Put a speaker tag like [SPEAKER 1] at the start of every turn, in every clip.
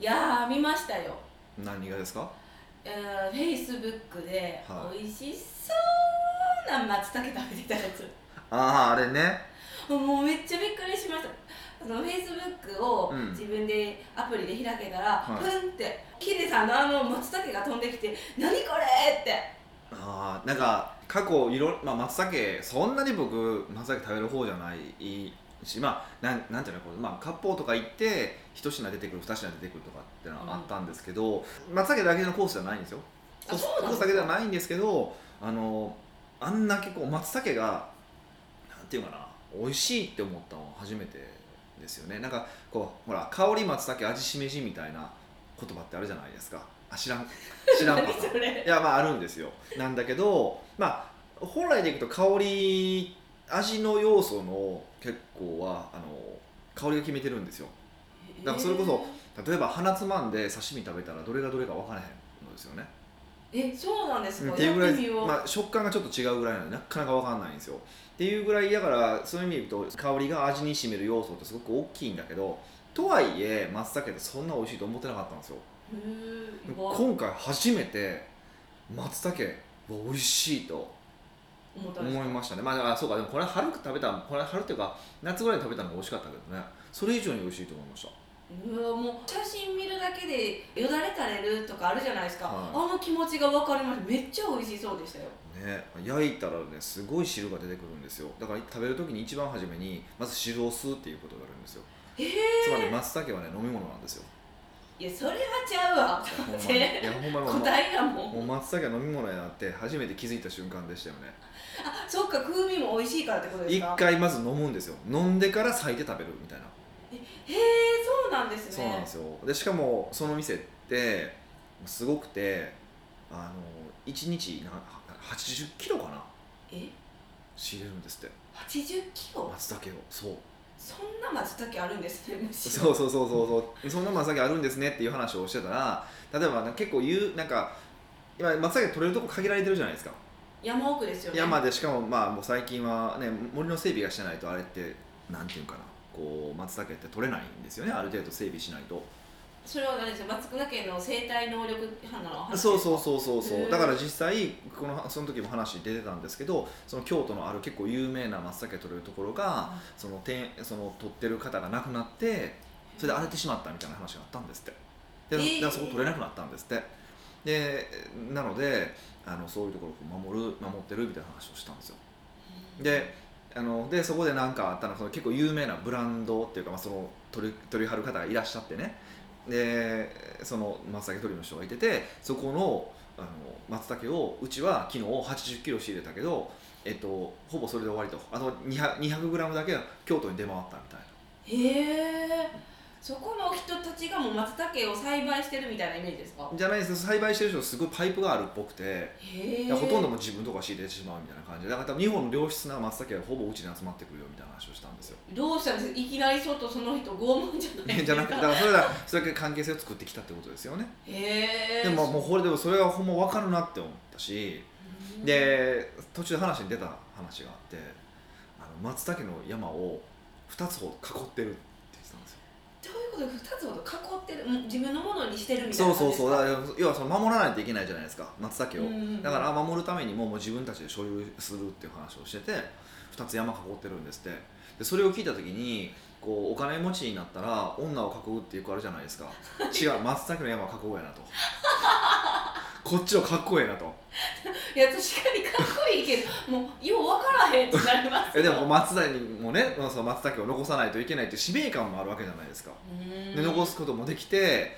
[SPEAKER 1] いやー見ましたよ
[SPEAKER 2] 何がですか
[SPEAKER 1] フェイスブックで
[SPEAKER 2] はい
[SPEAKER 1] 美味しそうな松茸食べてたやつ
[SPEAKER 2] あああれね
[SPEAKER 1] もうめっちゃびっくりしましたあのフェイスブックを
[SPEAKER 2] うん
[SPEAKER 1] 自分でアプリで開けたら、
[SPEAKER 2] はい
[SPEAKER 1] ふんってヒデさんのあの松茸が飛んできて「何これ!」って
[SPEAKER 2] ああなんか過去いろ、まあ、松茸そんなに僕松茸食べる方じゃないしまあなんなんていうのこう、まあ、割烹とか行って一品出てくる二品出てくるとかってのはあったんですけど、松茸だけのコースじゃないんですよ
[SPEAKER 1] あ
[SPEAKER 2] コース
[SPEAKER 1] そうなんで
[SPEAKER 2] コー
[SPEAKER 1] す
[SPEAKER 2] ス
[SPEAKER 1] か
[SPEAKER 2] だけではないんですけどあのあんだけこう松茸がなんていうかな美味しいって思ったのは初めてですよねなんかこうほら香り松茸味しめじみたいな言葉ってあるじゃないですかあ知らん知らんパタ
[SPEAKER 1] 何
[SPEAKER 2] ーン
[SPEAKER 1] それ
[SPEAKER 2] いやまああるんですよなんだけどまあ本来でいくと香り味の要素の結構はあの香りが決めてるんですよだからそれこそ例えば鼻つまんで刺身食べたらどれがどれか分からへんのですよね
[SPEAKER 1] えーえそうなんですか、
[SPEAKER 2] っていうぐら
[SPEAKER 1] やってみ
[SPEAKER 2] い、
[SPEAKER 1] よう
[SPEAKER 2] まあ、食感がちょっと違うぐらいなのでなかなか分かんないんですよっていうぐらいだからそういう意味で言うと香りが味に占める要素ってすごく大きいんだけどとはいえ松茸ってそんな美味しいと思ってなかったんですよ
[SPEAKER 1] うーん意外
[SPEAKER 2] 今回初めて松茸は美味しいと
[SPEAKER 1] 思ったんです
[SPEAKER 2] 思いましたねまああそうかでもこれ春食べたこれ春っていうか夏ぐらいに食べたのが美味しかったけどねそれ以上に美味しいと思いました
[SPEAKER 1] うわもう写真見るだけでよだれ垂れるとかあるじゃないですか、
[SPEAKER 2] はい
[SPEAKER 1] あの気持ちが分かりますめっちゃ美味しそうでしたよ
[SPEAKER 2] ね焼いたらねすごい汁が出てくるんですよだから食べる時に一番初めにまず汁を吸うっていうことがあるんですよ
[SPEAKER 1] えー、
[SPEAKER 2] つまり松茸はね飲み物なんですよ
[SPEAKER 1] いやそれはちゃうわ
[SPEAKER 2] ほんまにい
[SPEAKER 1] て
[SPEAKER 2] やほんまにほんま
[SPEAKER 1] 答えやもん
[SPEAKER 2] もう松茸は飲み物やなって初めて気づいた瞬間でしたよね
[SPEAKER 1] あそっか風味も美味しいからってことです
[SPEAKER 2] 一
[SPEAKER 1] か
[SPEAKER 2] 回まず飲むんですよ飲んでから裂いて食べるみたいな
[SPEAKER 1] へえそうなんですね
[SPEAKER 2] そうなんですよでしかもその店ってすごくてあの1日なは80キロかな
[SPEAKER 1] え
[SPEAKER 2] 仕入れるんですって
[SPEAKER 1] 80キロ
[SPEAKER 2] 松茸をそう
[SPEAKER 1] そんな松茸あるんですねむしろ
[SPEAKER 2] そうそうそうそうそうそんな松茸あるんですねっていう話をしてたら例えばなんか結構言うなんか今松茸取れるとこ限られてるじゃないですか
[SPEAKER 1] 山奥ですよね
[SPEAKER 2] 山でしかもまあもう最近はね森の整備がしてないとあれってなんていうんかなこう松茸って取れないんですよねある程度整備しないと
[SPEAKER 1] それは何ですか松茸県の生態能力派なの話
[SPEAKER 2] そうそうそうそう
[SPEAKER 1] へ
[SPEAKER 2] そう
[SPEAKER 1] ー
[SPEAKER 2] だから実際このその時も話出てたんですけどその京都のある結構有名な松茸取れるところがそのてその取ってる方が亡くなってそれで荒れてしまったみたいな話があったんですってで、
[SPEAKER 1] えー
[SPEAKER 2] だからそこ取れなくなったんですってでなのであのそういうところをこう守る守ってるみたいな話をしたんですよであのでそこで何かあったのその結構有名なブランドっていうか、まあ、その取り取り張る方がいらっしゃってねでその松茸取りの人がいててそこのあの松茸をうちは昨日8 0キロ仕入れたけど、えっと、ほぼそれで終わりとあと2 0 0グラムだけが京都に出回ったみたいな
[SPEAKER 1] へえそこの人たちがもう松茸を栽培してるみたいなイメージですか
[SPEAKER 2] じゃないですけど栽培してる人すごいパイプがあるっぽくて
[SPEAKER 1] へえ
[SPEAKER 2] だからほとんどもう自分とか仕入れてしまうみたいな感じでだから多分日本の良質な松茸はほぼうちに集まってくるよみたいな話をしたんですよ
[SPEAKER 1] どうしたんですいきなりちょっとその人拷問じゃない
[SPEAKER 2] ねじゃなくてだからそれだそれだけ関係性を作ってきたってことですよね
[SPEAKER 1] へえ
[SPEAKER 2] でもまあもうこれでもそれがほんま分かるなって思ったし
[SPEAKER 1] うん
[SPEAKER 2] で途中で話に出た話があってあの松茸の山を2つほど囲ってるって言ってたんですよ
[SPEAKER 1] どういうこと二つほど囲ってるもう自分のものにしてるみたい
[SPEAKER 2] そ
[SPEAKER 1] な
[SPEAKER 2] うそうそうだ
[SPEAKER 1] う
[SPEAKER 2] から要はその守らないといけないじゃないですか松茸を、
[SPEAKER 1] うん
[SPEAKER 2] だから守るためにももう自分たちで所有するっていう話をしてて2つ山囲ってるんですってでそれを聞いた時にこうお金持ちになったら女を囲うっていう子あるじゃないで すか違う松茸の山を囲うやなとこっちをかっこええなと
[SPEAKER 1] いや確かにかっこいいけどもうよう分からへんってなります
[SPEAKER 2] え
[SPEAKER 1] よ
[SPEAKER 2] でも松茸にもねその松茸を残さないといけないっていう使命感もあるわけじゃないですか
[SPEAKER 1] うん
[SPEAKER 2] で残すこともできて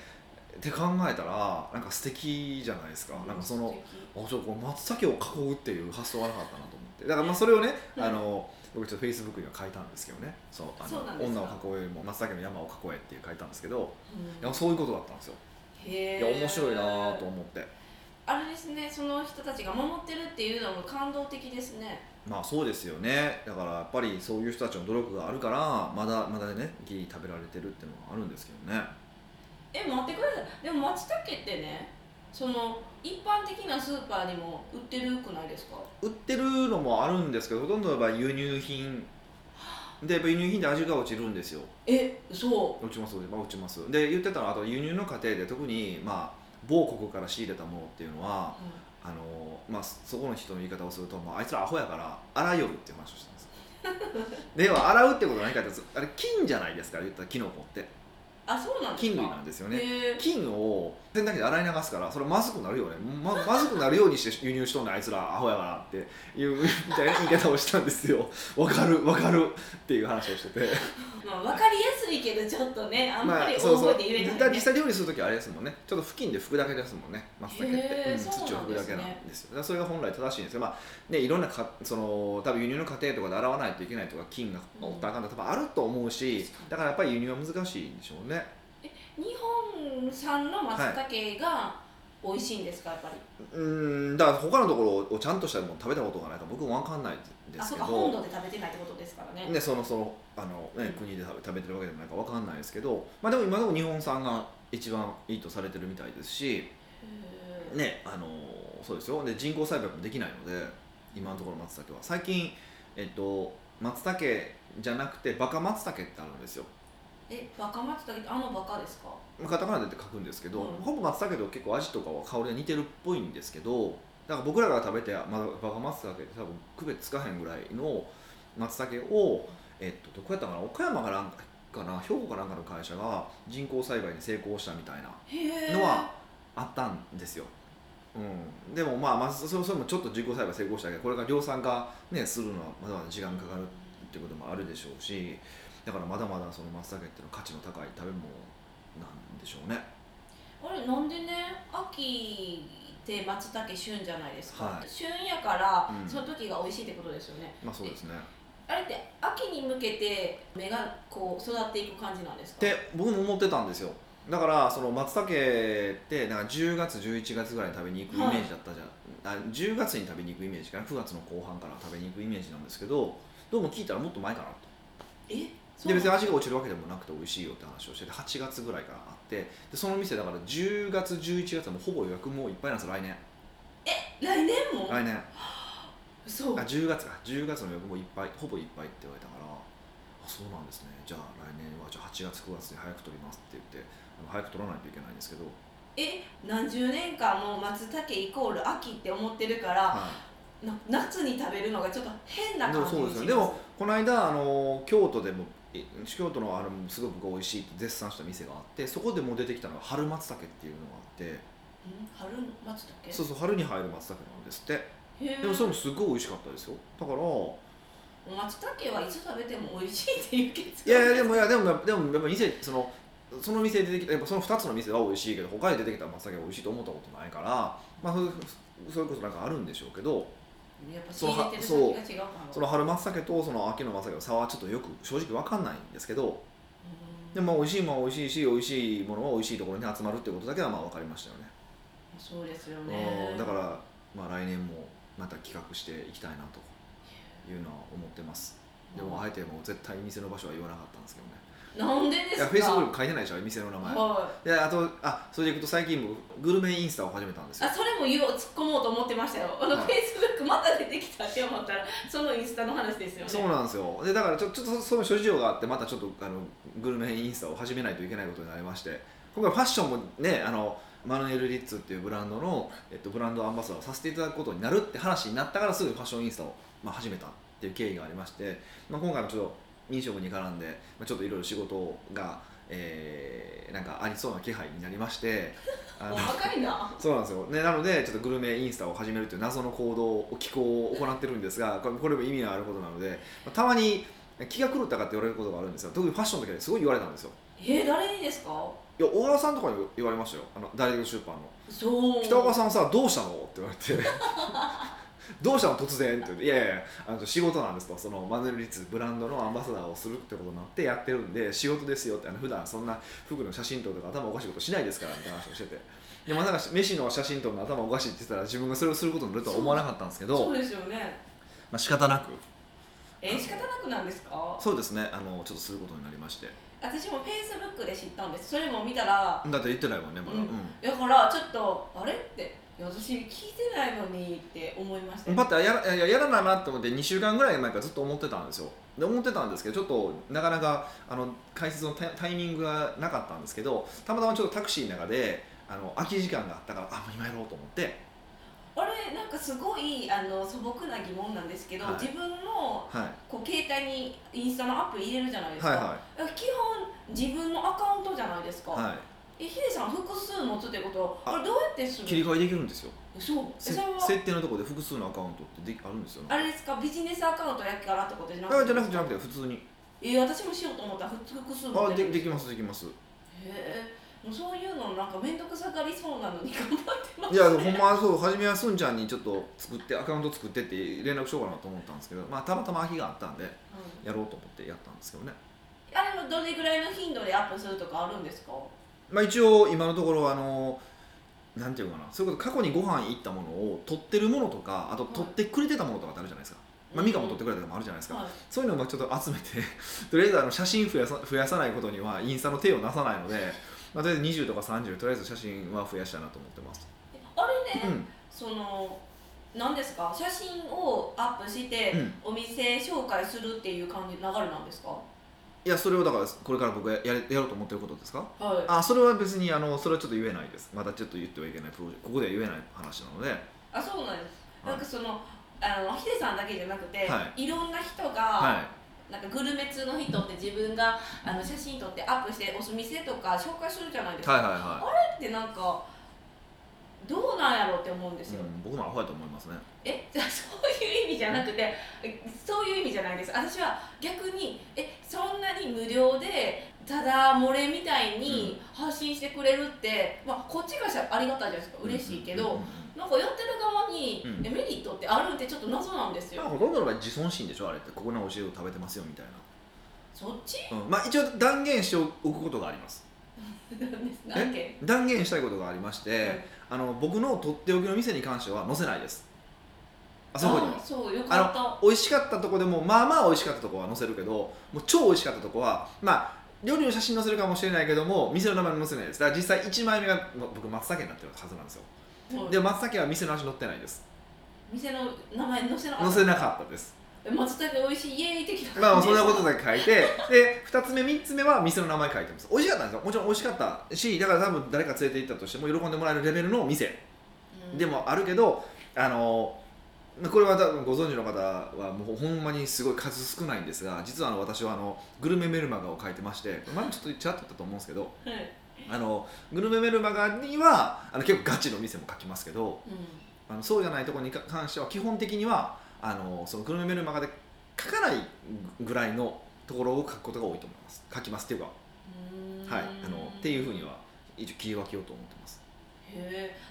[SPEAKER 2] って考えたらなんか素敵じゃないですかなんかそのあそうこの松茸を囲うっていう発想はなかったなと思ってだからまあそれをね、
[SPEAKER 1] うん
[SPEAKER 2] あの僕ちょっとフェイスブックには書いたんですけどねそうあの
[SPEAKER 1] そうなんですか
[SPEAKER 2] 女を囲えも松茸の山を囲えっていう書いたんですけど、
[SPEAKER 1] うん
[SPEAKER 2] いやそういうことだったんですよ、
[SPEAKER 1] へえ
[SPEAKER 2] いや面白いなと思って
[SPEAKER 1] あれですねその人たちが守ってるっていうのも感動的ですね
[SPEAKER 2] まあそうですよねだからやっぱりそういう人たちの努力があるからまだまだねギリ食べられてるっていうのがあるんですけどね
[SPEAKER 1] え待ってくださいでも松茸ってねその一般的なスーパーにも売ってるくないですか
[SPEAKER 2] 売ってるのもあるんですけどほとんどの場合輸入品でやっぱ輸入品で味が落ちるんですよ
[SPEAKER 1] えそ
[SPEAKER 2] 落ちます落ちます落ちますで言ってたのはあと輸入の過程で特にまあ某国から仕入れたものっていうの
[SPEAKER 1] う
[SPEAKER 2] はあの、まあ、そこの人の言い方をすると、まあ、あいつらアホやから洗いよるっていう話をしたんですよでは洗うってことは何かっていうとあれ菌じゃないですから言ったらキノコって
[SPEAKER 1] あそうなんです
[SPEAKER 2] 菌
[SPEAKER 1] か
[SPEAKER 2] 類なんですよね
[SPEAKER 1] へー
[SPEAKER 2] 菌を洗濯機で洗い流すからそれまずくなるよねままずくなるようにして輸入しとんねんあいつらアホやからっていうみたいな言い方をしたんですよわかるわかるっていう話をしてて
[SPEAKER 1] まあ、分かりやすいけどちょっとねあんまり大
[SPEAKER 2] そうそ
[SPEAKER 1] 声
[SPEAKER 2] う
[SPEAKER 1] で言えない、ね
[SPEAKER 2] 実際実際料理する時はあれですもんねちょっと布巾で拭くだけですもんね松茸って、
[SPEAKER 1] へー
[SPEAKER 2] うん、
[SPEAKER 1] そう
[SPEAKER 2] 土を
[SPEAKER 1] なん
[SPEAKER 2] 拭く
[SPEAKER 1] で
[SPEAKER 2] だ
[SPEAKER 1] すね
[SPEAKER 2] けなんですよだからそれが本来正しいんですけどまあねいろんなかその多分輸入の過程とかで洗わないといけないとか菌がおったらあかんとか多分あると思うし、
[SPEAKER 1] 確かに
[SPEAKER 2] だからやっぱり輸入は難しいんでしょうね
[SPEAKER 1] 日本産の松茸が美味しいんですかやっぱり、
[SPEAKER 2] うんだから他のところをちゃんとしたもの食べたことがないから僕も分かんないで
[SPEAKER 1] あ
[SPEAKER 2] す
[SPEAKER 1] そう
[SPEAKER 2] け
[SPEAKER 1] か本
[SPEAKER 2] ど
[SPEAKER 1] 土で食べてないってことですからね
[SPEAKER 2] ね、そのそのあの、ね、国で食べ食べてるわけでもないから分かんないですけど、まあ、でも今でも日本産が一番いいとされてるみたいですし、
[SPEAKER 1] へー
[SPEAKER 2] ねあのそうですよで人工栽培もできないので今のところ松茸は最近、えっと、松茸じゃなくてバカ松茸ってあるんですよ
[SPEAKER 1] えバカ松茸ってあのバカですか
[SPEAKER 2] まあカタカナでって書くんですけど、
[SPEAKER 1] うん
[SPEAKER 2] ほぼ松茸と結構味とかは香りが似てるっぽいんですけどだから僕らが食べて、まあ、バカ松茸って多分区別つかへんぐらいの松茸を、えっと、どこやったかな岡山かなんかかな兵庫かなんかの会社が人工栽培に成功したみたいな
[SPEAKER 1] へえ
[SPEAKER 2] のはあったんですよ、うん、でもまあまあそそれそれもちょっと人工栽培成功したけどこれが量産化、ね、するのはまだまだ時間かかるってこともあるでしょうしだからまだまだその松茸っていうのは価値の高い食べ物なんでしょうね
[SPEAKER 1] あれなんでね秋って松茸旬じゃないですか、
[SPEAKER 2] はい
[SPEAKER 1] 旬やから、
[SPEAKER 2] うん
[SPEAKER 1] その時が美味しいってことですよね
[SPEAKER 2] まあそうですね
[SPEAKER 1] あれって秋に向けて芽がこう育っていく感じなんですか
[SPEAKER 2] で僕も思ってたんですよだからその松茸ってなんか10月11月ぐらいに食べに行くイメージだったじゃん、あ10月に食べに行くイメージかな9月の後半から食べに行くイメージなんですけどどうも聞いたらもっと前かなと
[SPEAKER 1] えそうな
[SPEAKER 2] で別
[SPEAKER 1] ん
[SPEAKER 2] に味が落ちるわけでもなくて美味しいよって話をしてて8月ぐらいからあってでその店だから10月11月はもうほぼ予約もういっぱいなんですよ来年
[SPEAKER 1] 来年も、
[SPEAKER 2] 来年あ
[SPEAKER 1] そう
[SPEAKER 2] 10月か10月の予約もいっぱいほぼいっぱいって言われたからあそうなんですねじゃあ来年はじゃあ8月9月に早く取りますって言ってあの早く取らないといけないんですけど、
[SPEAKER 1] え何十年間もう松茸イコール秋って思ってるから
[SPEAKER 2] はい、
[SPEAKER 1] な夏に食べるのがちょっと変な
[SPEAKER 2] で
[SPEAKER 1] 感
[SPEAKER 2] も
[SPEAKER 1] じ
[SPEAKER 2] そうですよねでもこの間あの京都でもえ京都のあれもすごく美味しいって絶賛した店があってそこでもう出てきたのが春松茸っていうのがあって
[SPEAKER 1] うん春松茸
[SPEAKER 2] そうそう春に入る松茸なんですって
[SPEAKER 1] へえ
[SPEAKER 2] でもそれもすごい美味しかったですよだから
[SPEAKER 1] 松茸はいつ食べても美味しいっていうけど
[SPEAKER 2] いやいやでもいやでもでもやっぱ店そのその店で出てきたやっぱその2つの店は美味しいけど他で出てきた松茸は美味しいと思ったことないからまあそういうそういうことなんかあるんでしょうけど
[SPEAKER 1] やっぱ仕入れてる先が違うかな
[SPEAKER 2] その春松茸とその秋の松茸の差はちょっとよく正直わかんないんですけど
[SPEAKER 1] うん
[SPEAKER 2] でもまあ美味しいものは美味しいし美味しいものは美味しいところに集まるってことだけはまあ分かりましたよね
[SPEAKER 1] そうですよね
[SPEAKER 2] うんだからまあ来年もまた企画していきたいなというのは思ってますでもあえてもう絶対店の場所は言わなかったんですけどね
[SPEAKER 1] なんでです
[SPEAKER 2] い
[SPEAKER 1] か
[SPEAKER 2] やフェイスブック書いてないでしょ店の名前
[SPEAKER 1] は
[SPEAKER 2] であとあそれでいくと最近僕グルメインスタを始めたんです
[SPEAKER 1] い
[SPEAKER 2] よ
[SPEAKER 1] あそれも言おう突っ込もうと思ってましたよあのフ
[SPEAKER 2] は
[SPEAKER 1] ェ
[SPEAKER 2] い
[SPEAKER 1] イスブックまた出てきたって思ったらそのインスタの話ですよね
[SPEAKER 2] そうなんですよでだからちょちょっとその諸事情があってまたちょっとあのグルメインスタを始めないといけないことになりまして今回ファッションもねあのマヌエル・リッツっていうブランドの、えっと、ブランドアンバサダーをさせていただくことになるって話になったからすぐファッションインスタを、まあ、始めたっていう経緯がありまして、まあ、今回もちょっと飲食に絡んで、まあ、ちょっといろいろ仕事が、えーなんかありそうな気配になりましてあの
[SPEAKER 1] 細かいな
[SPEAKER 2] そうなんですよ、ね、なのでちょっとグルメインスタを始めるという謎の行動機構を行ってるんですがこれこれも意味があることなのでまあたまに気が狂ったかって言われることがあるんですよ特にファッションの時はすごい言われたんですよ
[SPEAKER 1] えー、誰にですか
[SPEAKER 2] いや小川さんとかに言われましたよあのダイレクト出版の
[SPEAKER 1] そう
[SPEAKER 2] 北岡さんさどうしたのって言われて どうしたの突然って言っていやいやいやあの仕事なんですとそのマネルリッツブランドのアンバサダーをするってことになってやってるんで仕事ですよってあの普段そんな服の写真撮るとか頭おかしいことしないですからみたいな話をしててでもなんか飯の写真撮るの頭おかしいって言ってたら自分がそれをすることになるとは思わなかったんですけど
[SPEAKER 1] そ
[SPEAKER 2] ま
[SPEAKER 1] うですよね
[SPEAKER 2] あ仕方なく
[SPEAKER 1] えー、仕方なくなんですか
[SPEAKER 2] そうですねあのちょっとすることになりまして
[SPEAKER 1] 私もフェイスブックで知ったんですそれも見たら
[SPEAKER 2] だって言ってないもんねまだ、
[SPEAKER 1] う
[SPEAKER 2] うんん
[SPEAKER 1] だからちょっとあれってや私聞いてないのにって思いましたよ
[SPEAKER 2] パッてやらいややらないなと思って2週間ぐらい前からずっと思ってたんですよで思ってたんですけどちょっとなかなかあの解説のタイタイミングがなかったんですけどたまたまちょっとタクシーの中であの空き時間があったからあもう今やろうと思って
[SPEAKER 1] あれなんかすごいあの素朴な疑問なんですけど、
[SPEAKER 2] はい
[SPEAKER 1] 自分の
[SPEAKER 2] はい
[SPEAKER 1] こう携帯にインスタのアプリ入れるじゃないですか、
[SPEAKER 2] はいは
[SPEAKER 1] え基本自分のアカウントじゃないですか、
[SPEAKER 2] いは
[SPEAKER 1] えヒデさん複数持つってこと
[SPEAKER 2] あ
[SPEAKER 1] あれどうやってす
[SPEAKER 2] い
[SPEAKER 1] る
[SPEAKER 2] 切り替えできるんですよ
[SPEAKER 1] そうえ
[SPEAKER 2] せ
[SPEAKER 1] それは
[SPEAKER 2] 設定のところで複数のアカウントってできあるんですよ
[SPEAKER 1] あ
[SPEAKER 2] あ
[SPEAKER 1] れですかビジネスアカウントやからってことじゃなくて
[SPEAKER 2] じゃなくてじゃなくて普通に
[SPEAKER 1] えー私もしようと思ったらふ複数持っ
[SPEAKER 2] あ
[SPEAKER 1] て
[SPEAKER 2] で
[SPEAKER 1] る
[SPEAKER 2] できますできます
[SPEAKER 1] へえもうそういうのなんか面倒くさがりそうなのに頑張ってます
[SPEAKER 2] いやほんまそう初めはすんちゃんにちょっと作ってアカウント作ってって連絡しようかなと思ったんですけど、まあ、たまたま空きがあったんで
[SPEAKER 1] うん
[SPEAKER 2] やろうと思ってやったんですけどね
[SPEAKER 1] あれはどれぐらいの頻度でアップするとかあるんですか
[SPEAKER 2] まあ、一応今のところあのなんていうかなそれこそ過去にご飯行ったものを取ってるものとかあと
[SPEAKER 1] はい
[SPEAKER 2] 取ってくれてたものとかってあるじゃないですか、まあ、ミカも取ってくれたのもあるじゃないですか、
[SPEAKER 1] はい
[SPEAKER 2] そういうのをまあちょっと集めて とりあえずあの写真増やさ増やさないことにはインスタの手をなさないので、まあ、とりあえず20とか30とりあえず写真は増やしたいなと思ってます、
[SPEAKER 1] えあれね、
[SPEAKER 2] うん
[SPEAKER 1] その何ですか写真をアップして、
[SPEAKER 2] うん
[SPEAKER 1] お店紹介するっていう感じ流れなんですか
[SPEAKER 2] いやそれをだからこれから僕がやれやろうと思ってることですか
[SPEAKER 1] はいあ
[SPEAKER 2] あそれは別にあのそれはちょっと言えないですまだちょっと言ってはいけないプロジェクトここでは言えない話なので
[SPEAKER 1] そうなんです、
[SPEAKER 2] はい
[SPEAKER 1] なんかそのあのヒデさんだけじゃなくて、、
[SPEAKER 2] はい
[SPEAKER 1] ろんな人が、
[SPEAKER 2] はい
[SPEAKER 1] なんかグルメ通の人って自分があの写真撮ってアップしてお店とか紹介するじゃないですか、
[SPEAKER 2] はいはいは
[SPEAKER 1] ってなんかどうなんやろうって思うんで
[SPEAKER 2] い、
[SPEAKER 1] すよ、
[SPEAKER 2] うん、僕もアホやと思いますね
[SPEAKER 1] え じゃあそういう意味じゃなくてえそういう意味じゃないです私は逆にえそんなに無料でただ漏れみたいに発信してくれるって、まあ、こっちがしゃありがたいじゃないですか嬉しいけど、
[SPEAKER 2] うんうんうんうん
[SPEAKER 1] なんかやってる側に、
[SPEAKER 2] うん
[SPEAKER 1] えメリットってあるってちょっと謎なんです
[SPEAKER 2] ま
[SPEAKER 1] よ、
[SPEAKER 2] あ、ほとんどの場合自尊心でしょあれってここの教えを食べてますよみたい
[SPEAKER 1] そっち
[SPEAKER 2] な、うんまあ、一応断言しておくことがあります
[SPEAKER 1] なんですなんけ
[SPEAKER 2] 断言したいことがありまして、あの僕のとっておきの店に関しては載せないですあそこには
[SPEAKER 1] あそうよかった
[SPEAKER 2] 美味しかったとこでもまあまあ美味しかったとこは載せるけどもう超美味しかったとこはまあ料理の写真載せるかもしれないけども店の名前も載せないですだから実際1枚目がま僕松茸になってるはずなんですよ
[SPEAKER 1] そう
[SPEAKER 2] で松茸は店の味載ってないです
[SPEAKER 1] 店の名前載せなか
[SPEAKER 2] 載
[SPEAKER 1] った
[SPEAKER 2] せなかったです
[SPEAKER 1] え松茸美味しいイエーイ的な
[SPEAKER 2] まあ
[SPEAKER 1] 感じ
[SPEAKER 2] そ
[SPEAKER 1] で
[SPEAKER 2] ん
[SPEAKER 1] す
[SPEAKER 2] なことだけ書いてで2つ目3つ目は店の名前書いてます美味しかったんですよもちろん美味しかったしだから多分誰か連れて行ったとしても喜んでもらえるレベルの店
[SPEAKER 1] うん
[SPEAKER 2] でもあるけどあのこれは多分ご存知の方はもうほんまにすごい数少ないんですが実はあの私はあのグルメメルマガを書いてまして前もちょっとちらっと言ったと思うんですけど
[SPEAKER 1] はい
[SPEAKER 2] あのグルメメルマガにはあの結構ガチの店も書きますけど
[SPEAKER 1] うん
[SPEAKER 2] あのそうじゃないところにか関しては基本的にはあのそのグルメメルマガで書かないぐらいのところを書くことが多いと思います書きますっていうか、はい、あのっていうふうに
[SPEAKER 1] は
[SPEAKER 2] は一応切り分けようと思ってます
[SPEAKER 1] へ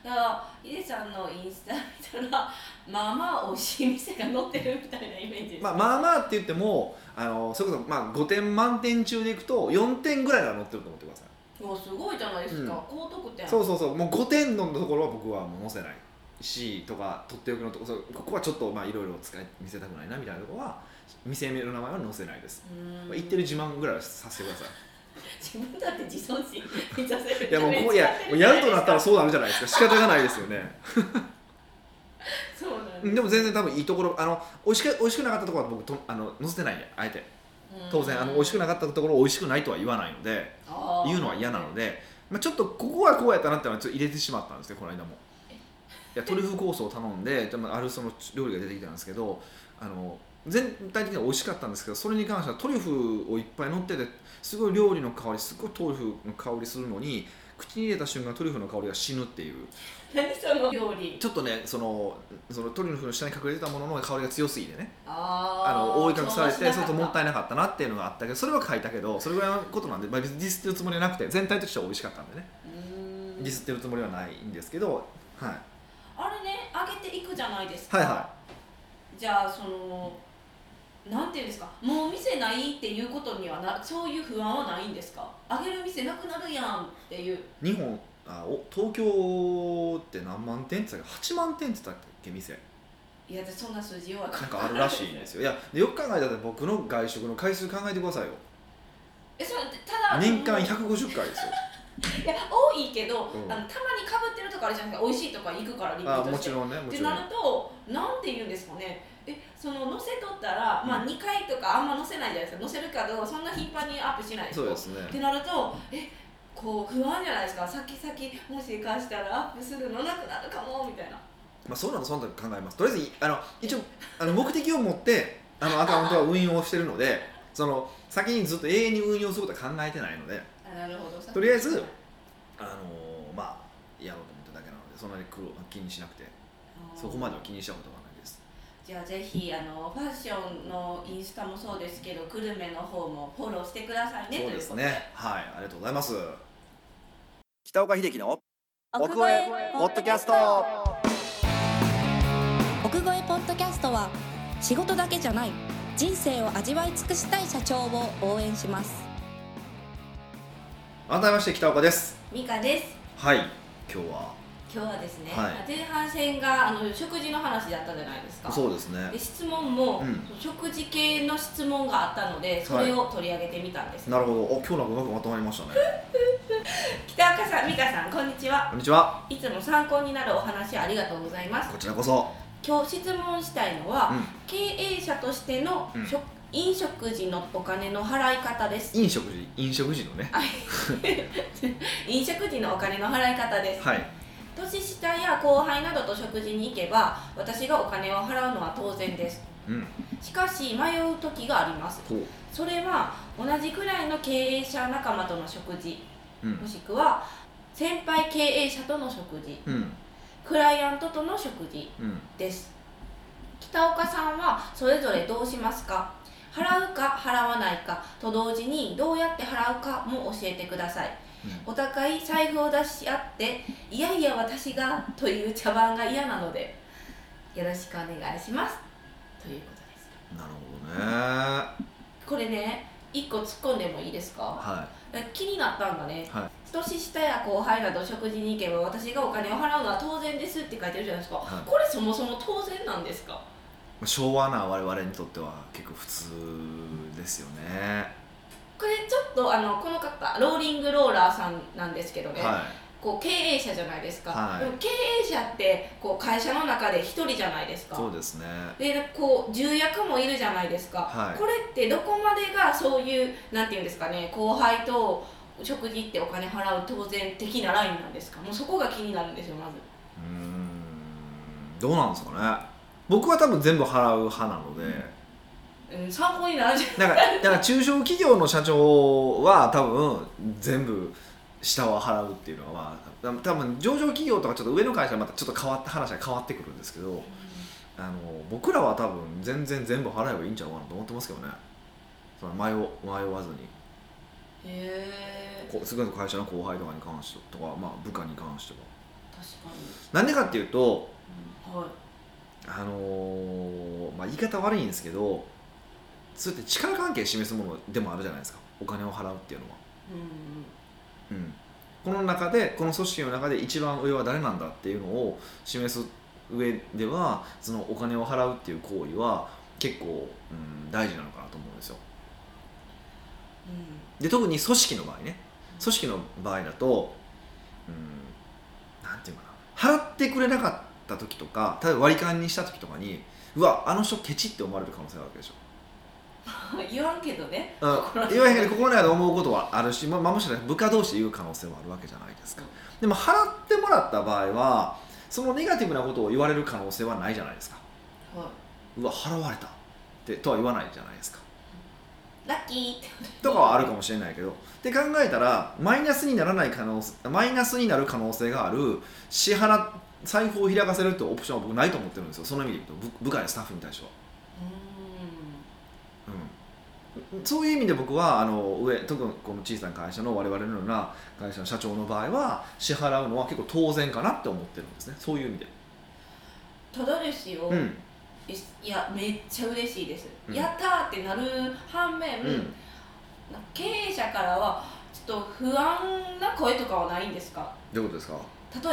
[SPEAKER 1] えだからヒデさんのインスタ見たら まあまあ美味しい店が載ってるみたいなイメージです、
[SPEAKER 2] まあまあまあって言ってもあのそれこそまあ5点満点中でいくと4点ぐらいが載ってると思ってください
[SPEAKER 1] おすごいじゃないですか、高得点
[SPEAKER 2] そううそうそうもう5点のところは僕はもう載せないしとかとっておきのとこそうここはちょっとまあいろいろ使い見せたくないなみたいなところは店の名前は載せないです、
[SPEAKER 1] ーん
[SPEAKER 2] まあ、言ってる自慢ぐらいはさせてください
[SPEAKER 1] 自分だって自尊心満たせる
[SPEAKER 2] いやもうこういやもうやるとなったら
[SPEAKER 1] そ
[SPEAKER 2] そうなるじゃないですか仕方がないですよね
[SPEAKER 1] うなん
[SPEAKER 2] うんでも全然多分いいところあの美味しく美味しくなかったところは僕とあの載せてないんであえて当然あの美味しく
[SPEAKER 1] な
[SPEAKER 2] なかったところを美味しくないとは言わないので言うのは嫌なので、まあ、ちょっとここはこうやったなってのはちょっと入れてしまったんですねこの間もいやトリュフコースを頼んででもあるその料理が出てきたんですけどあの全体的には美味しかったんですけどそれに関してはトリュフをいっぱい乗っててすごい料理の香りすごいトリュフの香りするのに口に入れた瞬間トリュフの香りが死ぬっていう
[SPEAKER 1] 何 その料理
[SPEAKER 2] ちょっとねそのそのトリュフの下に隠れてたものの香りが強すぎてねあ
[SPEAKER 1] あ
[SPEAKER 2] の覆い隠されてそうするともった
[SPEAKER 1] い
[SPEAKER 2] いなかったなっていうのがあったけどそれは書いたけどそれぐらいのことなんで、まあ、別にディスってるつもりはなくて全体としては美味しかったんでねディスってるつもりはないんですけど、はい、
[SPEAKER 1] あれね上げていくじゃないですか
[SPEAKER 2] はいは
[SPEAKER 1] じゃあそのなんていうんですかもう店ないっていうことにはなそういう不安はないんですかあげる店なくなるやんっていう
[SPEAKER 2] い日本あお東京って何万点って言ったっけ8万点って言ったっけ店
[SPEAKER 1] いや私そんな数字弱い
[SPEAKER 2] なんかあるらしいん ですよいやでよく考えたら僕の外食の回数考えてくださいよ
[SPEAKER 1] えそれただ
[SPEAKER 2] 年
[SPEAKER 1] も
[SPEAKER 2] 間
[SPEAKER 1] う
[SPEAKER 2] 150回ですよ
[SPEAKER 1] いや多いけど、
[SPEAKER 2] うん
[SPEAKER 1] あのたまにかぶってるとかあるじゃないですか美味しいとか行くからリピート
[SPEAKER 2] あ
[SPEAKER 1] して
[SPEAKER 2] もちろんねも
[SPEAKER 1] って
[SPEAKER 2] ちろん
[SPEAKER 1] なるとなんて言うんですかねえその載せとったら、まあ、2回とかあんま載せないじゃないですか載せるけどそんな頻繁にアップしないでしょ
[SPEAKER 2] そうですね
[SPEAKER 1] ってなるとえこう不安じゃないですか先々もしかしたらアップするのなくなるかもみたいな
[SPEAKER 2] まあそうなのそんなの考えますとりあえずあの一応あの目的を持ってあのアカウントは運用してるのでその先にずっと永遠に運用することは考えてないので
[SPEAKER 1] あなるほど
[SPEAKER 2] とりあえずあのまあやろうと思っただけなのでそんなに苦労気にしなくてそこまでは気にしたことがないです
[SPEAKER 1] じゃあぜひあのファッションのインスタもそうですけどグルメの方もフォローしてくださいね
[SPEAKER 2] そうですね
[SPEAKER 1] とい
[SPEAKER 2] はいありがとうございます北岡秀樹の
[SPEAKER 3] 奥越えポッドキャスト
[SPEAKER 4] 奥越えポッドキャストは仕事だけじゃない人生を味わい尽くしたい社長を応援します
[SPEAKER 2] 改めまして北岡です
[SPEAKER 1] うことでミカです
[SPEAKER 2] はい今日は
[SPEAKER 1] 今日はですね、
[SPEAKER 2] はい
[SPEAKER 1] 前半戦があの食事の話だったじゃないですか
[SPEAKER 2] そうですね
[SPEAKER 1] で質問も、
[SPEAKER 2] うん
[SPEAKER 1] 食事系の質問があったのでそれを取り上げてみたんです、
[SPEAKER 2] なるほどお今日なんかうまくまとまりましたね
[SPEAKER 1] 北岡さん美香さんこんにちは
[SPEAKER 2] こんにちはい
[SPEAKER 1] つも参考になるお話ありがとうございます
[SPEAKER 2] こちらこそ
[SPEAKER 1] 今日質問したいのは、
[SPEAKER 2] うん
[SPEAKER 1] 経営者としての
[SPEAKER 2] うん
[SPEAKER 1] 食、飲食時のお金の払い方です
[SPEAKER 2] 飲食時飲食時のね
[SPEAKER 1] 飲食時のお金の払い方です、
[SPEAKER 2] はい
[SPEAKER 1] 年下や後輩などと食事に行けば私がお金を払うのは当然です
[SPEAKER 2] うん
[SPEAKER 1] しかし迷う時があります
[SPEAKER 2] こ
[SPEAKER 1] それは同じくらいの経営者仲間との食事
[SPEAKER 2] ううん
[SPEAKER 1] もしくは先輩経営者との食事
[SPEAKER 2] うん
[SPEAKER 1] クライアントとの食事
[SPEAKER 2] うん
[SPEAKER 1] です北岡さんはそれぞれどうしますか払うか払わないかと同時にどうやって払うかも教えてくださいお互い財布を出し合って「いやいや私が」という茶番が嫌なのでよろしくお願いしますということです
[SPEAKER 2] なるほどねは
[SPEAKER 1] これね一個突っ込んでもいいですか気になったんだね、
[SPEAKER 2] は
[SPEAKER 1] 年下や後輩など食事に行けば私がお金を払うのは当然ですって書いてるじゃないですか、
[SPEAKER 2] はい
[SPEAKER 1] これそもそも当然なんですか
[SPEAKER 2] い昭和な我々にとっては結構普通ですよね
[SPEAKER 1] これちょっとあのこの方ローリングローラーさんなんですけどね、
[SPEAKER 2] は
[SPEAKER 1] こう経営者じゃないですか、
[SPEAKER 2] はい
[SPEAKER 1] でも経営者ってこう会社の中で一人じゃないです
[SPEAKER 2] い
[SPEAKER 1] か
[SPEAKER 2] そうですね
[SPEAKER 1] でこう重役もいるじゃないですか、
[SPEAKER 2] はい
[SPEAKER 1] これってどこまでがそういうなんていうんですかね後輩と食事行ってお金払う当然的なラインなんですかもうそこが気になるんですよまず
[SPEAKER 2] うーんどうなんですかね僕は多分全部払う派なので、
[SPEAKER 1] うん、参考にならんじゃん
[SPEAKER 2] なんかだから中小企業の社長は多分全部下は払うっていうのは、まあ、多分上場企業とかちょっと上の会社はまたちょっと変わった話が変わってくるんですけどあの僕らは多分全然全部払えばいいんちゃうかなと思ってますけどねその迷う迷わずに
[SPEAKER 1] へえ
[SPEAKER 2] こすごい会社の後輩とかに関してとか、まあ、部下に関しては
[SPEAKER 1] 確か
[SPEAKER 2] なんでかっていうと
[SPEAKER 1] に、うんはい
[SPEAKER 2] あのーまあ、言い方悪いんですけどそれって力関係示すものでもあるじゃないですかお金を払うっていうのは、
[SPEAKER 1] うん
[SPEAKER 2] うん、この中でこの組織の中で一番上は誰なんだっていうのを示す上ではそのお金を払うっていう行為は結構、うん、大事なのかなと思うんですよ
[SPEAKER 1] うん
[SPEAKER 2] で特に組織の場合ね組織の場合だとうんなんていうかな払ってくれなかった時とか例えば割り勘にした時とかにうわあの人ケチって思われる可能性があるわけでしょ
[SPEAKER 1] うん 言わんけどね
[SPEAKER 2] うんいわゆる心の中で思うことはあるし、まあ、まあもしかしたら部下同士で言う可能性もあるわけじゃないですかでも払ってもらった場合はそのネガティブなことを言われる可能性はないじゃないですか
[SPEAKER 1] は
[SPEAKER 2] うわ払われたってとは言わないじゃないですか
[SPEAKER 1] いラッキーって
[SPEAKER 2] とかはあるかもしれないけどって考えたらマイナスにならない可能性マイナスになる可能性がある支払財布を開かせるってオプションは僕ないと思ってるんですよその意味で言うと部部下やスタッフに対しては、
[SPEAKER 1] う
[SPEAKER 2] うん、そういう意味で僕はあの上特にこの小さな会社の我々のような会社の社長の場合は支払うのは結構当然かなって思ってるんですねそういう意味で、
[SPEAKER 1] んただですよ、
[SPEAKER 2] うん
[SPEAKER 1] いやめっちゃ嬉しいです、
[SPEAKER 2] うん
[SPEAKER 1] やったーってなる反面、
[SPEAKER 2] うん、
[SPEAKER 1] な経営者からはちょっと不安な声とかはないんですか
[SPEAKER 2] どういうことですか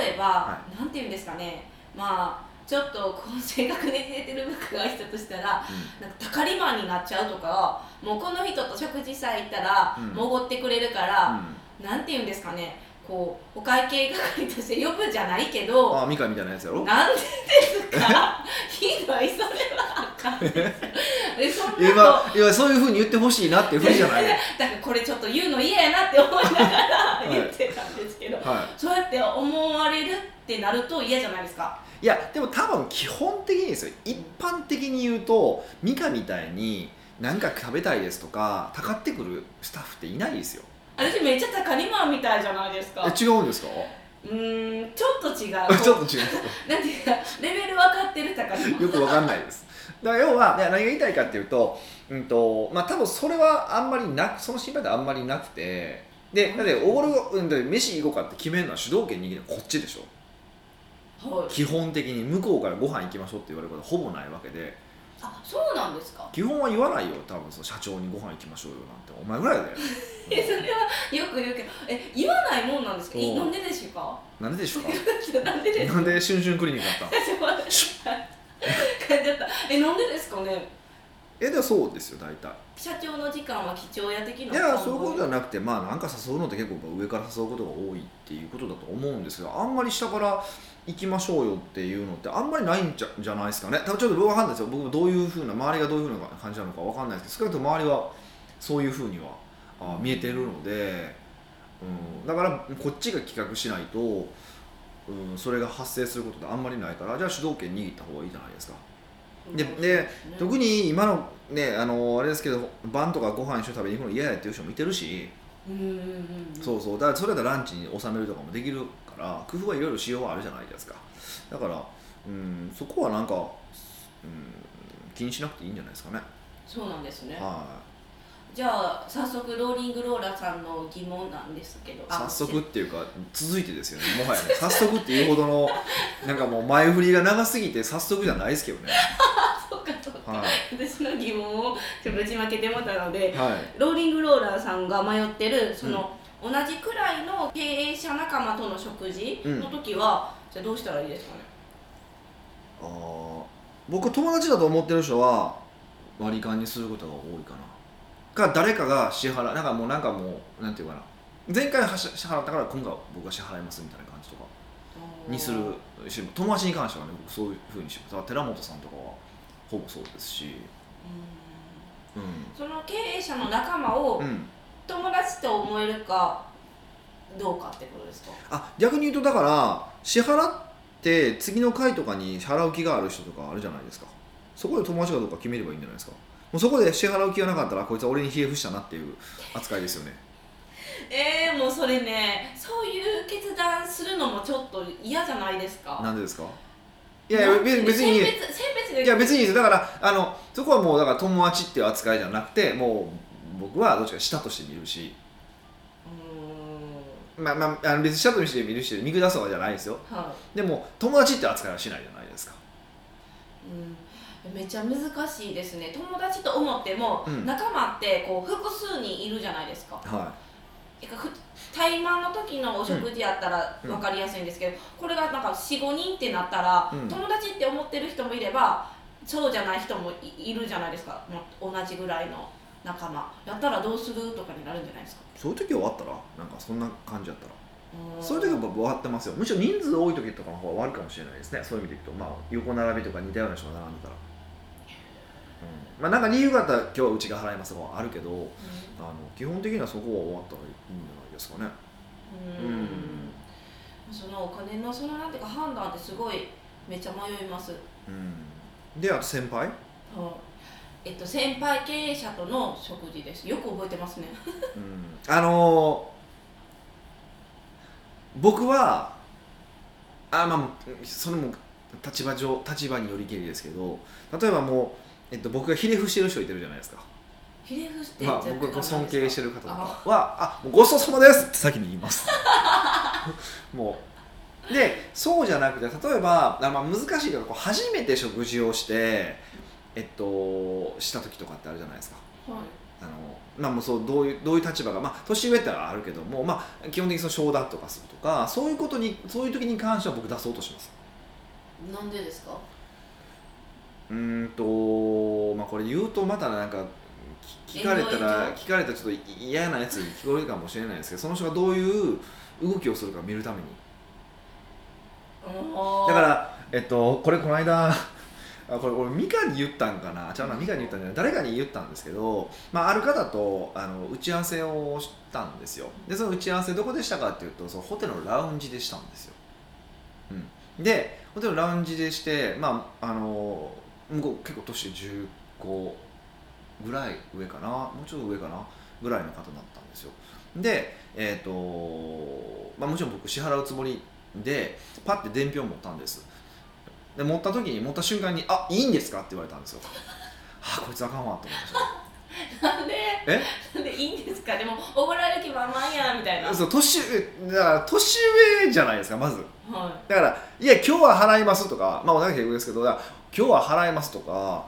[SPEAKER 1] 例えば、
[SPEAKER 2] は
[SPEAKER 1] なんて言うんですかねまあちょっとこう性格ねじれてる部下がいたとしたらなんかたかりマンになっちゃうとかもうこの人と食事さえ行ったら
[SPEAKER 2] うん
[SPEAKER 1] もごってくれるから、なんて言うんですかねこうお会計係として呼ぶじゃないけど
[SPEAKER 2] ああミカみたいなやつやろ
[SPEAKER 1] なんでですか ひどいそれはあかんですえそんなこと
[SPEAKER 2] いや今いやそういうふうに言ってほしいなっていうふうじゃないよ
[SPEAKER 1] だからこれちょっと言うの嫌やなって思い ながら言ってたんですけど、
[SPEAKER 2] は
[SPEAKER 1] そうやって思われるってなると嫌じゃないですか
[SPEAKER 2] い、いやでも多分基本的にですよ一般的に言うとミカみたいに何か食べたいですとかたかってくるスタッフっていないですよ
[SPEAKER 1] 私めっちゃ高利マンみたいじゃないですか
[SPEAKER 2] え違うんですか
[SPEAKER 1] うーんちょっと違う
[SPEAKER 2] ちょっ
[SPEAKER 1] こと
[SPEAKER 2] 違う
[SPEAKER 1] うなんていうかレベル分かってる高利マン
[SPEAKER 2] よくわかんないですだから要は、ね、何が言いたいかっていうと,、うんとまあ、多分それはあんまりなくその心配ってあんまりなくてでだっておごる、うん、で飯行こうかって決めるのは主導権握るのはこっちでしょ
[SPEAKER 1] はい
[SPEAKER 2] 基本的に向こうからご飯行きましょうって言われることはほぼないわけで
[SPEAKER 1] あそうなんですか
[SPEAKER 2] 基本は言わないよ多分その社長にご飯行きましょうよなんてお前ぐらいだよ
[SPEAKER 1] いやそれはよく言うけどえ言わないもんなんですか
[SPEAKER 2] お
[SPEAKER 1] え
[SPEAKER 2] う
[SPEAKER 1] なんでですか
[SPEAKER 2] なんででしょ う
[SPEAKER 1] なんでです
[SPEAKER 2] か
[SPEAKER 1] か
[SPEAKER 2] なんでシュンシュンクリニックだった
[SPEAKER 1] ちょっと待って噛んじゃったえなんでですかね
[SPEAKER 2] えでもそうですよ大体
[SPEAKER 1] 社長の時間は貴重や的ない
[SPEAKER 2] やそういうことじゃなくてまあなんか誘うのって結構上から誘うことが多いっていうことだと思うんですけどあんまり下から行きましょうよっていうのってあんまりないんじゃじゃないですかね多分ちょっと僕わかんないですよ僕どういうふうな周りがどういうふうな感じなのかわかんないですけど少なくとも周りはそういうふうにはあ見えてるので、うん、だからこっちが企画しないと、うん、それが発生することってあんまりないからじゃあ主導権握った方がいいじゃないですか。でで特に今のねあのあれですけど晩とかご飯一緒に食べに行くの嫌やっていう人もいてるし、
[SPEAKER 1] うんうんうんうん
[SPEAKER 2] そうそうだからそれだったらランチに収めるとかもできるから工夫はいろいろしようはあるじゃないですかだからうんそこはなんか、うん、気にしなくていいんじゃないですかね
[SPEAKER 1] そうなんですね
[SPEAKER 2] は
[SPEAKER 1] じゃあ早速ローリングローラさんの疑問なんですけど
[SPEAKER 2] い
[SPEAKER 1] あ
[SPEAKER 2] 早速っていうか続いてですよねもはやね早速っていうほどのなんかもう前振りが長すぎて早速じゃないですけど ね
[SPEAKER 1] あそうかそうか、
[SPEAKER 2] は
[SPEAKER 1] 私の疑問をちょっとぶちまけてもたので
[SPEAKER 2] いはい
[SPEAKER 1] ローリングローラーさんが迷ってるその、同じくらいの経営者仲間との食事の時は、じゃあどうしたらいいですかね
[SPEAKER 2] あー僕友達だと思ってる人は割り勘にすることが多いかなか誰かが支払なんかもうなんかもうなんていうかな前回はし支払ったから今回は僕が支払いますみたいな感じとかにするし友達に関してはね僕そういうふうにしますだから寺本さんとかはほぼそうですし
[SPEAKER 1] うん
[SPEAKER 2] う
[SPEAKER 1] その経営者の仲間を
[SPEAKER 2] ん、うん、
[SPEAKER 1] 友達と思えるかどうかってことですか
[SPEAKER 2] あ逆に言うとだから支払って次の回とかに払う気がある人とかあるじゃないですかそこで友達かどうか決めればいいんじゃないですかもうそこで支払う気がなかったらこいつは俺に冷え伏したなっていう扱いですよね
[SPEAKER 1] えー、もうそれねそういう決断するのもちょっと嫌じゃないですか
[SPEAKER 2] なんでですかいやいやべ別
[SPEAKER 1] 選
[SPEAKER 2] に
[SPEAKER 1] 別選別で
[SPEAKER 2] いや別にいいですだからあのそこはもうだから友達っていう扱いじゃなくてもう僕はどっちか下として見るし、
[SPEAKER 1] う
[SPEAKER 2] まあまあ、あの別に下として見るし見下すとかじゃないですよ
[SPEAKER 1] ーんは
[SPEAKER 2] でも友達って扱いはしないじゃないですか
[SPEAKER 1] い、うん、めっちゃ難しいですね友達と思っても、
[SPEAKER 2] うん
[SPEAKER 1] 仲間ってこう複数にいるじゃないですか
[SPEAKER 2] は
[SPEAKER 1] てかふ対マンの時のお食事やったら
[SPEAKER 2] うん
[SPEAKER 1] 分かりやすいんですけど、これがなんか45人ってなったら、
[SPEAKER 2] うん
[SPEAKER 1] 友達って思ってる人もいればそうじゃない人もいいるじゃないですかもう同じぐらいの仲間やったらどうするとかになるんじゃないですか
[SPEAKER 2] いそういう時はあったらなんかそんな感じだったら
[SPEAKER 1] ん
[SPEAKER 2] そういう時は僕割ってますよむしろ人数多い時とかの方が悪いかもしれないですねそういう意味でいくとまあ横並びとか似たような人が並んでたら、うん、まあなんか理由があったら今日はうちが払いますとかはあるけど
[SPEAKER 1] う
[SPEAKER 2] あの基本的にはそこは終わったらいいんじゃないですかね
[SPEAKER 1] ん、うんそのお金のそのなんていうか判断ってすごいめっちゃ迷います、
[SPEAKER 2] うんであと先輩、
[SPEAKER 1] えっと先輩経営者との食事ですよく覚えてますね
[SPEAKER 2] あのー僕はあまあもうそれも立場上立場によりけりですけど例えばもう、えっと、僕がひれ伏してる人いてるじゃないですか、
[SPEAKER 1] ひれ伏して
[SPEAKER 2] まあ、僕がこう尊敬して
[SPEAKER 1] る
[SPEAKER 2] る方とかは「あもうごちそうさまです」って先に言います もうでそうじゃなくて例えばあ、まあ、難しいけどこう初めて食事をしてえっとした時とかってあるじゃないですか
[SPEAKER 1] はい
[SPEAKER 2] あのまあ、もうそうどういうどういう立場が、まあ、年上ってのはあるけども、まあ、基本的にその商談とかするとかそういうことにそういう時に関しては僕出そうとします
[SPEAKER 1] なんでですか
[SPEAKER 2] うーんと、まあ、これ言うとまたなんかき聞かれた
[SPEAKER 1] 炎上炎
[SPEAKER 2] ら聞かれたらちょっと嫌なやつに聞こえるかもしれないですけどその人がどういう動きをするか見るために
[SPEAKER 1] おー
[SPEAKER 2] だから、えっと、これこの間あこれ俺ミカに言ったんかなじゃあなミカに言ったんじゃない誰かに言ったんですけど、まあ、ある方とあの打ち合わせをしたんですよでその打ち合わせどこでしたかっていうとそのホテルのラウンジでしたんですよ、うん、でホテルのラウンジでして、まあ、あの向こう結構年15ぐらい上かなもうちょっと上かなぐらいの方だったんですよでえっ、と、まあ、もちろん僕支払うつもりでパッて伝票持ったんですで持った時に持った瞬間に「あいいんですか?」って言われたんですよ あこいつあかんわと思いまし
[SPEAKER 1] なんで
[SPEAKER 2] え
[SPEAKER 1] なんでいいんですかでもおごられる気満々やみたいな
[SPEAKER 2] た
[SPEAKER 1] はい
[SPEAKER 2] そう年上だから年上じゃないですかまず
[SPEAKER 1] は
[SPEAKER 2] だから「いや今日は払います」とかまあお腹平行ですけどだから今日は払います」とか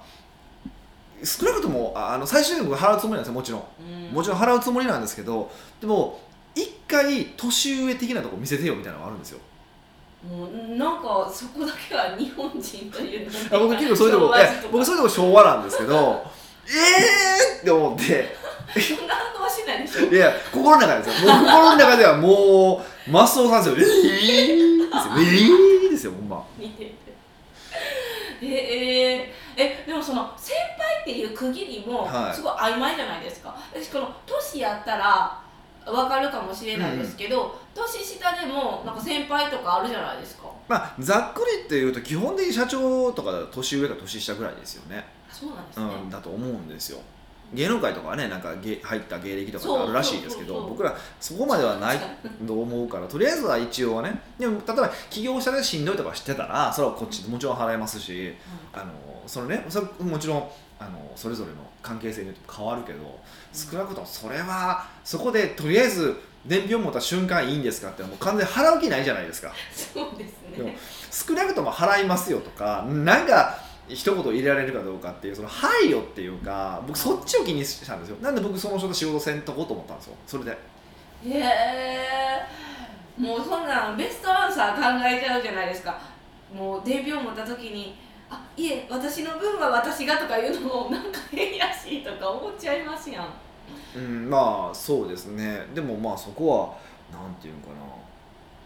[SPEAKER 2] 少なくともああの最終的に僕払うつもりなんですよもちろん
[SPEAKER 1] うん
[SPEAKER 2] もちろん払うつもりなんですけどでも一回年上的なとこ見せてよみたいなのがあるんですよ
[SPEAKER 1] もうなんかそこだけは日本人という
[SPEAKER 2] あ僕結構そういうとこいや僕そういうとこ昭和なんですけど えーって思って
[SPEAKER 1] そ んな反応はしないでしょ
[SPEAKER 2] いや、心の中ですよ。もう心の中ではもう、マスオさんですよ。えぇ、ー、ですよ。えー、ですよ、ほんま。
[SPEAKER 1] 見ててええーえでもその先輩っていう区切りも
[SPEAKER 2] はい
[SPEAKER 1] すごい曖昧じゃないですか、私この年やったらわかるかもしれないですけど、年下でもなんか先輩とかあるじゃないですか
[SPEAKER 2] まあ、ざっくりっていうと、基本的に社長とかだと年上か年下ぐらいですよね。
[SPEAKER 1] そうなんです
[SPEAKER 2] う
[SPEAKER 1] ね、
[SPEAKER 2] ん、だと思うんですよ。芸能界とかはね、なんか芸入った芸歴とかってあるらしいですけ
[SPEAKER 1] そう
[SPEAKER 2] ど、
[SPEAKER 1] そうそう
[SPEAKER 2] 僕らそこまではないと思うから、とりあえずは一応はね、でも例えば起業者でしんどいとか知ってたら、それはこっちでもちろん払えますし、あのそのねそれもちろんあのそれぞれの関係性によって変わるけど少なくともそれはそこでとりあえず伝票持った瞬間いいんですかってもう完全に払う気ないじゃないですか
[SPEAKER 1] そうです
[SPEAKER 2] でも
[SPEAKER 1] ね
[SPEAKER 2] 少なくとも払いますよとかなんか一言入れられるかどうかっていうその配慮っていうか僕そっちを気にしたんですよなんで僕その人と仕事せんとこうと思ったんですよそれで
[SPEAKER 1] へえもうそんなんベストアンサー考えちゃうじゃないですかもう伝票持った時に「あいえ私の分は私が」とか言うのもなんか変やしとか思っちゃいますやん
[SPEAKER 2] うんまあそうですねでもまあそこはなんていうのかな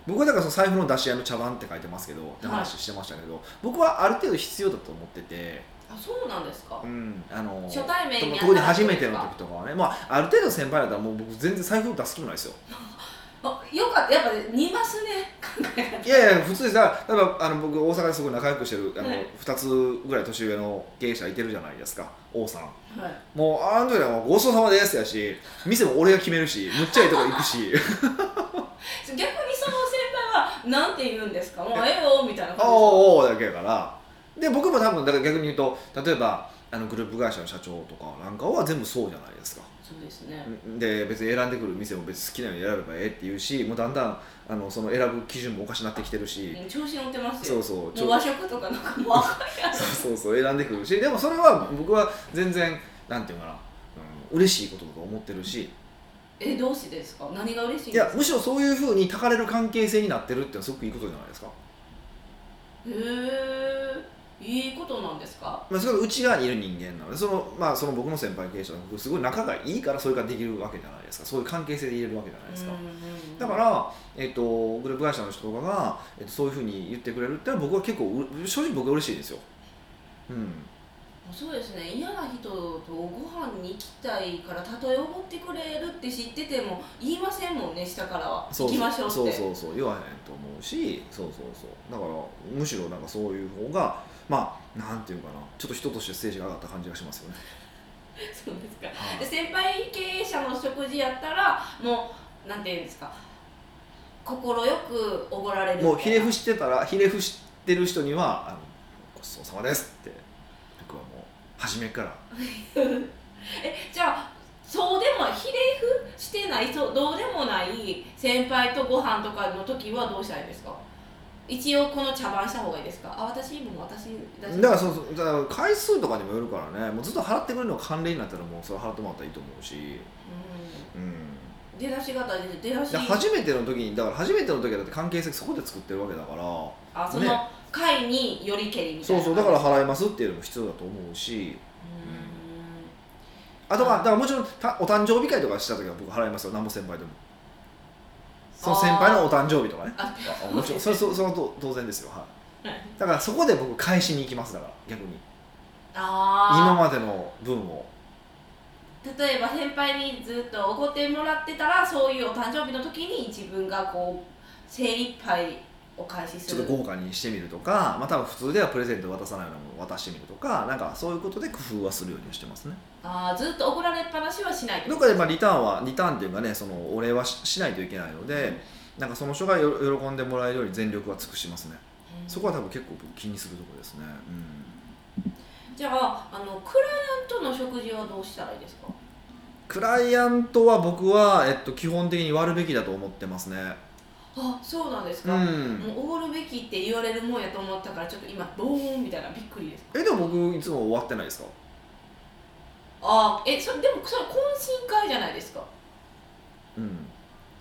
[SPEAKER 2] 僕はだからその財布の出し合いの茶番って書いてますけどって話してましたけど、僕はある程度必要だと思ってて、
[SPEAKER 1] あそうなんですか、
[SPEAKER 2] うん、あの
[SPEAKER 1] 初対面に
[SPEAKER 2] 特に
[SPEAKER 1] あった
[SPEAKER 2] 初
[SPEAKER 1] 時
[SPEAKER 2] めての時とかはね、まあ、ある程度先輩だったらもう僕全然財布出す気もな いですよ
[SPEAKER 1] あよかったやっぱ似ますね考え方
[SPEAKER 2] いやいや普通にさ例えばあの僕大阪ですごい仲良くしてるあの、
[SPEAKER 1] はい
[SPEAKER 2] 2つぐらい年上の経営者いてるじゃないですか王さん
[SPEAKER 1] はい
[SPEAKER 2] もうあの時はもうごちそうさまですやし店も俺が決めるしむっちゃいいとこ行くし
[SPEAKER 1] 逆にその先輩はなんて言うんですかもうええよみたいな感じで
[SPEAKER 2] おーおーだけやからで僕も多分だから逆に言うと例えばあのグループ会社の社長とかなんかは全部そうじゃないですか
[SPEAKER 1] すかそうですね
[SPEAKER 2] で別に選んでくる店も別に好きなように選べばええっていうしもうだんだんあのその選ぶ基準もおかしになってきてるし、
[SPEAKER 1] 調子乗ってます
[SPEAKER 2] そ
[SPEAKER 1] よ
[SPEAKER 2] うそうち
[SPEAKER 1] も
[SPEAKER 2] ょ
[SPEAKER 1] う和食とかなんかもうあかんやん
[SPEAKER 2] そうそうそう選んでくるしでもそれは僕は全然なんていうのかな、うん、嬉しいことだと思ってるし
[SPEAKER 1] えどうしてですか何が嬉しいんで
[SPEAKER 2] い
[SPEAKER 1] す
[SPEAKER 2] や
[SPEAKER 1] か
[SPEAKER 2] むしろそういうふうにたかれる関係性になってるっていうのはすごくいいことじゃないですか、
[SPEAKER 1] へえいいことなんですか
[SPEAKER 2] まあ、それは内側にいる人間なのでその,、まあ、その僕の先輩経営者の僕すごい仲がいいからそれができるわけじゃないですかそういう関係性でいれるわけじゃないですか、
[SPEAKER 1] うんうんうん
[SPEAKER 2] だから、えっとグループ会社の人とかが、えっとそういうふうに言ってくれるってのは僕は結構う正直僕は嬉しいですよ、うん、
[SPEAKER 1] そうですね嫌な人とご飯に行きたいからたとえおごってくれるって知ってても言いませんもんね下からは
[SPEAKER 2] そう
[SPEAKER 1] 行きましょうって
[SPEAKER 2] そうそうそう言わへんと思うしそうそうそうだからむしろなんかそういう方がまあなんていうかなちょっと人としてステージが上がった感じがしますよね、
[SPEAKER 1] そうですか
[SPEAKER 2] はい
[SPEAKER 1] で先輩経営者の食事やったらもうなんていうんですか快くおごられる
[SPEAKER 2] もうひれ伏
[SPEAKER 1] し
[SPEAKER 2] してたらひれ伏してる人にはあの「ごちそうさまです」って僕はもう初めから
[SPEAKER 1] えじゃあそうでもひれ伏してないそうどうでもない先輩とご飯とかの時はどうしたらいいですか一応この茶番した方がいいですかあ私も私だし
[SPEAKER 2] だからそうそうだから回数とかにもよるからねもうずっと払ってくれるのが慣例になったらもうそれ払ってもらったらいいと思うし
[SPEAKER 1] う
[SPEAKER 2] うん
[SPEAKER 1] ん、出だし方で出だし
[SPEAKER 2] で初めての時にだから初めての時はだって関係性そこで作ってるわけだから
[SPEAKER 1] あその
[SPEAKER 2] ね
[SPEAKER 1] 会によりけりみたい
[SPEAKER 2] そう
[SPEAKER 1] な
[SPEAKER 2] そうだから
[SPEAKER 1] う
[SPEAKER 2] 払いますっていうのも必要だと思うし
[SPEAKER 1] ん
[SPEAKER 2] あとは
[SPEAKER 1] はい
[SPEAKER 2] だからもちろんたお誕生日会とかした時は僕払いますよ何も先輩でもその先輩のお誕生日とかね
[SPEAKER 1] あ
[SPEAKER 2] あもちろんそれそそのと当然ですよはいだからそこで僕返しに行きますだから逆に今
[SPEAKER 1] あ
[SPEAKER 2] までの分を
[SPEAKER 1] ー例えば先輩にずっとおごってもらってたらそういうお誕生日の時に自分がこう精一杯お返しす
[SPEAKER 2] ちょ
[SPEAKER 1] る
[SPEAKER 2] っと豪華にしてみるとか、まあ、多分普通ではプレゼント渡さないようなものを渡してみるとかなんかそういうことで工夫はするようにしてますね
[SPEAKER 1] あーずっと怒られっぱなしはしない
[SPEAKER 2] どっかでまあリターンはリターンっていうかねそのお礼はししないといけないので、なんかその人がよ喜んでもらえるように全力は尽くしますねそこは多分結構僕気にするところですね、うん、
[SPEAKER 1] じゃああのクライアントの食事はどうしたらいいですか
[SPEAKER 2] クライアントは僕は、えっと、基本的に割るべきだと思ってますね
[SPEAKER 1] あそうなんです
[SPEAKER 2] う
[SPEAKER 1] か、
[SPEAKER 2] ん
[SPEAKER 1] もうおごるべきって言われるもんやと思ったからちょっと今ドーンみたいなびっくりです
[SPEAKER 2] えでも僕いつも終わってないですか
[SPEAKER 1] あーえそれでもそれ懇親会じゃないですか
[SPEAKER 2] うん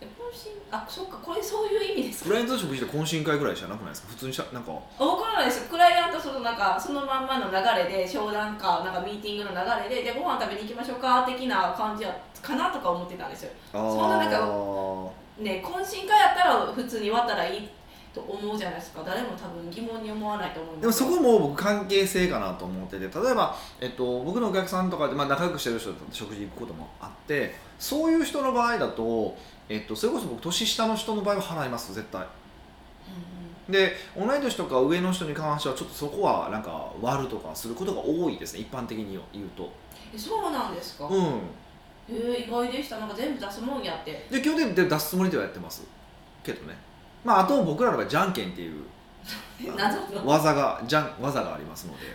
[SPEAKER 1] え懇親あそっかこれそういう意味です
[SPEAKER 2] ク
[SPEAKER 1] か
[SPEAKER 2] ライアント食事って懇親会ぐらいじゃなくないですか普通にしたなんか
[SPEAKER 1] あ分からないですよクライアントそのなんかそのまんまの流れで商談かなんかミーティングの流れでじゃあご飯食べに行きましょうか的な感じやかなとか思ってたんですよ
[SPEAKER 2] あ
[SPEAKER 1] そんななんか
[SPEAKER 2] ー
[SPEAKER 1] ね懇親会やったら普通に割ったらいいと思うじゃないですか誰も多分疑問に思わないと思うん
[SPEAKER 2] でもそこも僕関係性かなと思ってて例えば、えっと、僕のお客さんとかで、まあ、仲良くしてる人と食事行くこともあってそういう人の場合だと、えっと、それこそ僕年下の人の場合は払います絶対
[SPEAKER 1] う
[SPEAKER 2] で同い年とか上の人に関してはちょっとそこはなんか割るとかすることが多いですね一般的に言うと
[SPEAKER 1] んうんえそうなんですか、
[SPEAKER 2] うん
[SPEAKER 1] えー、意外でしたなんか全部出すもんやって
[SPEAKER 2] で基本的に出すつもりではやってますけどねまああと僕らの場合じゃんけんっ ていう
[SPEAKER 1] 謎の
[SPEAKER 2] 技がじゃん技がありますので, 、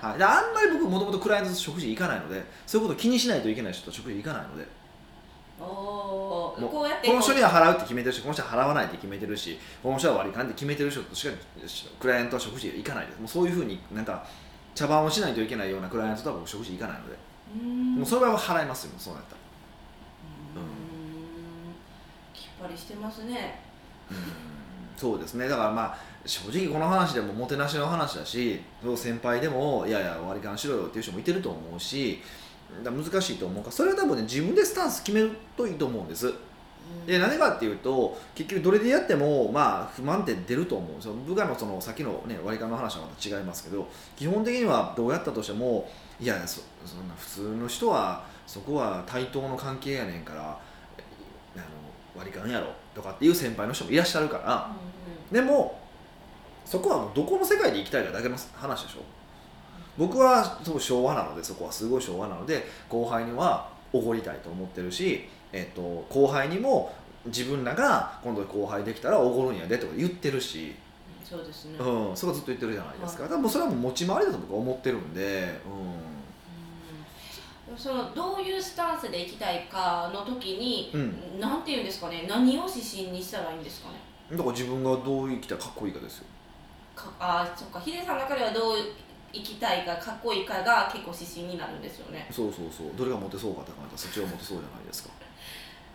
[SPEAKER 2] はい、であんまり僕もともとクライアントと食事行かないのでそういうこと気にしないといけない人と食事行かないので
[SPEAKER 1] おー
[SPEAKER 2] もう
[SPEAKER 1] こうやって
[SPEAKER 2] この人には払うって決めてるしこの人は払わないって決めてるしこの人は割り勘って決めてる人としかクライアントは食事行かないですもうそういうふうになんか茶番をしないといけないようなクライアントとは僕食事行かないので、
[SPEAKER 1] うーん
[SPEAKER 2] もうその場合は払いますよそうなったら
[SPEAKER 1] うーんきっぱりしてますね
[SPEAKER 2] そうですねだからまあ正直この話でももてなしの話だしそう先輩でもいやいや割り勘しろよっていう人もいてると思うしだから難しいと思うからそれは多分ね自分でスタンス決めるといいと思うんですで何かっていうと結局どれでやってもまあ不満点出ると思うその部下のその先の、ね、割り勘の話はまた違いますけど基本的にはどうやったとしてもいやそそんな普通の人はそこは対等の関係やねんからえあの割り勘やろとかっていう先輩の人もいらっしゃるから。
[SPEAKER 1] うんうん
[SPEAKER 2] でもそこはもうどこの世界で生きたいかだけの話でしょ僕はそう昭和なのでそこはすごい昭和なので後輩にはおごりたいと思ってるし、えっと、後輩にも自分らが今度後輩できたらおごるんやでとか言ってるし、
[SPEAKER 1] そうですね、うん
[SPEAKER 2] うん、それはずっと言ってるじゃないですか、多分それはもう持ち回りだと僕は思ってるんで、
[SPEAKER 1] そのどういうスタンスで行きたいかの時に、
[SPEAKER 2] うん
[SPEAKER 1] なんていうんですかね何を指針にしたらいいんですかね
[SPEAKER 2] うん、だから自分がどう生きたらかっこいいかですよ
[SPEAKER 1] かあそっかヒデさんの中ではどう行きたいかかっこいいかが結構指針になるんですよね
[SPEAKER 2] そうそうそうどれがモテそうかって考えたらそっちがモテそうじゃないです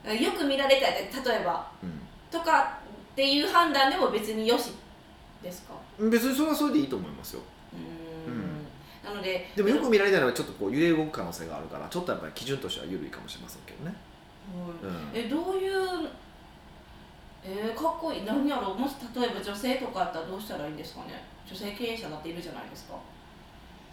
[SPEAKER 2] か、
[SPEAKER 1] よく見られたい例えば
[SPEAKER 2] うん、
[SPEAKER 1] とかっていう判断でも別によしですか
[SPEAKER 2] 別にそれはそれでいいと思いますよ
[SPEAKER 1] うー
[SPEAKER 2] うん
[SPEAKER 1] んなので
[SPEAKER 2] でもよく見られたのはちょっとこう揺れ動く可能性があるからちょっとやっぱり基準としては緩いかもしれませんけどね、
[SPEAKER 1] うん
[SPEAKER 2] う
[SPEAKER 1] えどういうえー、かっこいい何やろうもし例えば女性とかだったらどうしたらいいんですかね女性経営者だっているじゃないですか
[SPEAKER 2] ん、あ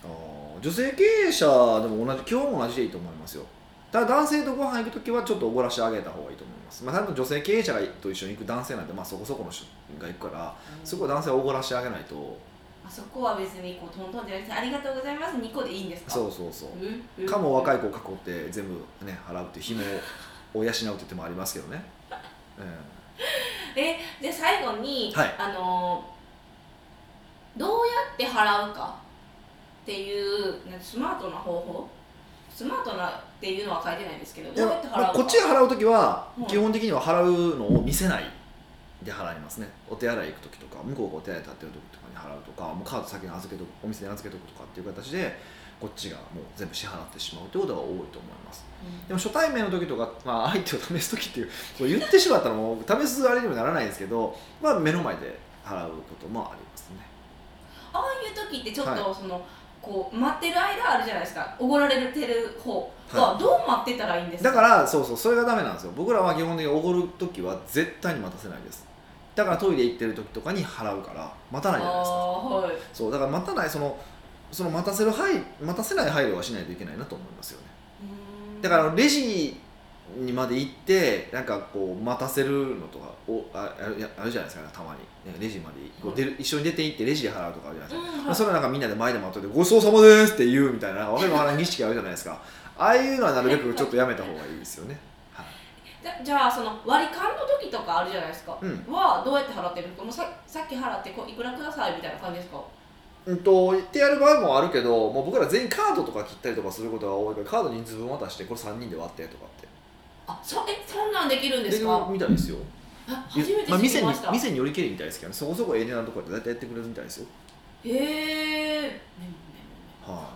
[SPEAKER 2] ー女性経営者でも同じ基本同じでいいと思いますよただ男性とご飯行く時はちょっとおごらしてあげた方がいいと思いますまあ多分女性経営者がと一緒に行く男性なんてまあそこそこの人が行くからそこは男性はおごらしてあげないと
[SPEAKER 1] あそこは別にこうトントンじゃなくてありがとうございます2個でいいんですか
[SPEAKER 2] そうそうそう
[SPEAKER 1] う
[SPEAKER 2] かも若
[SPEAKER 1] い
[SPEAKER 2] い子を囲って全部ね払うっていう紐を養うって手もありますけどね、う
[SPEAKER 1] えで最後に、
[SPEAKER 2] はい
[SPEAKER 1] あのーどうやって払うかっていうなんかスマートな方法スマートなっていうのは書いてないんですけど
[SPEAKER 2] ん、
[SPEAKER 1] どうやって払うか
[SPEAKER 2] まあこっちが払う時は
[SPEAKER 1] うん
[SPEAKER 2] 基本的には払うのを見せないで払いますねお手洗い行く時とか向こうがお手洗い立ってる時とかに払うとかもうカード先に預けとくお店に預けとくとかっていう形でこっちがもう全部支払ってしまうということが多いと思いますでも初対面の時とか、まあ、相手を試す時っていうこれ言ってしまったらもう試すあれにもならないですけど、まあ、目の前で払うこともありますね
[SPEAKER 1] ああいう時ってちょっ
[SPEAKER 2] は
[SPEAKER 1] とその、こう待ってる間あるじゃないですかおごられてる方
[SPEAKER 2] は
[SPEAKER 1] はどう待ってたらいいんですか
[SPEAKER 2] だからそうそうそれがダメなんですよ僕らは基本的におごる時は絶対に待たせないですだからトイレ行ってる時とかに払うから待たないじゃないですか
[SPEAKER 1] あーはい
[SPEAKER 2] そうだから待たないそのその待たせる配待たせない配慮はしないといけないなと思いますよねだからレジにまで行ってなんかこう待たせるのとかおああるいやあるじゃないですかたまに、ね、レジまでこう出る、一緒に出て行ってレジで払うとかあるじゃないですか、
[SPEAKER 1] うん
[SPEAKER 2] ま
[SPEAKER 1] は
[SPEAKER 2] あ
[SPEAKER 1] い
[SPEAKER 2] それはなんかみんなで前で待っといて「ごちそうさまです」って言うみたいなわけのわからん儀式あるじゃないですかああいうのはなるべくちょっとやめた方がいいですよね、はい、
[SPEAKER 1] じゃじゃあその割り勘の時とかあるじゃないですか、
[SPEAKER 2] うん
[SPEAKER 1] はどうやって払ってるんですかもうささっき払ってこういくらくださいみたいな感じですか
[SPEAKER 2] うんと言ってやる場合もあるけどもう僕ら全員カードとか切ったりとかすることが多いからカード人数分渡してこれ3人で割ってとかって
[SPEAKER 1] あそえそんなんできるんです
[SPEAKER 2] で
[SPEAKER 1] か
[SPEAKER 2] みたいですよ
[SPEAKER 1] あ初めて
[SPEAKER 2] まあ、
[SPEAKER 1] 知
[SPEAKER 2] 店
[SPEAKER 1] り
[SPEAKER 2] に
[SPEAKER 1] ました、
[SPEAKER 2] 店によりけりみたいですけどねそこそこええ値段のとこで大体やってくれるみたいですよ
[SPEAKER 1] へえ、ね
[SPEAKER 2] は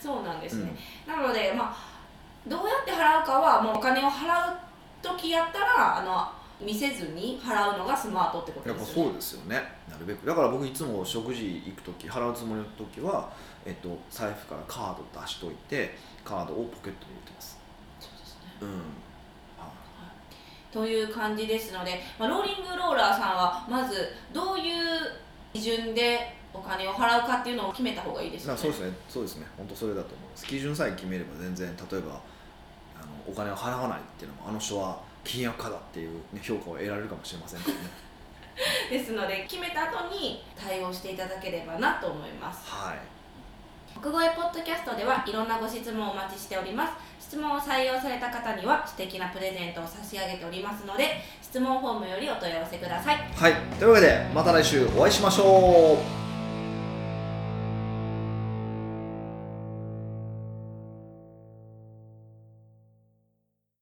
[SPEAKER 1] そうなんで
[SPEAKER 2] い、
[SPEAKER 1] すね、なのでまあどうやって払うかはもうお金を払う時やったらあの見せずに払うのがスマートってこ
[SPEAKER 2] や
[SPEAKER 1] と
[SPEAKER 2] っ
[SPEAKER 1] で
[SPEAKER 2] ぱ
[SPEAKER 1] すよ
[SPEAKER 2] そう
[SPEAKER 1] ね
[SPEAKER 2] ですよねなるべくだから僕いつも食事行く時払うつもりの時は、えっと、財布からカード出しといてカードをポケットに入れてます
[SPEAKER 1] そうですね
[SPEAKER 2] うんはい
[SPEAKER 1] という感じですので、まあ、ローリングローラーさんはまずどういう基準でお金を払うかっていうのを決めた方がいいですよ
[SPEAKER 2] な
[SPEAKER 1] ね。
[SPEAKER 2] そうですねそうですね本当それだと思います基準さえ決めれば全然例えばあのお金を払わないっていうのもあの人は倹約家だっていう、ね、評価を得られるかもしれませんけどね
[SPEAKER 1] ですので決めた後に対応していただければなと思います。
[SPEAKER 2] はい
[SPEAKER 1] 国語へポッドキャストではいろんなご質問をお待ちしております。質問を採用された方には素敵なプレゼントを差し上げておりますので質問フォームよりお問い合わせください。
[SPEAKER 2] はい、というわけでまた来週お会いしましょう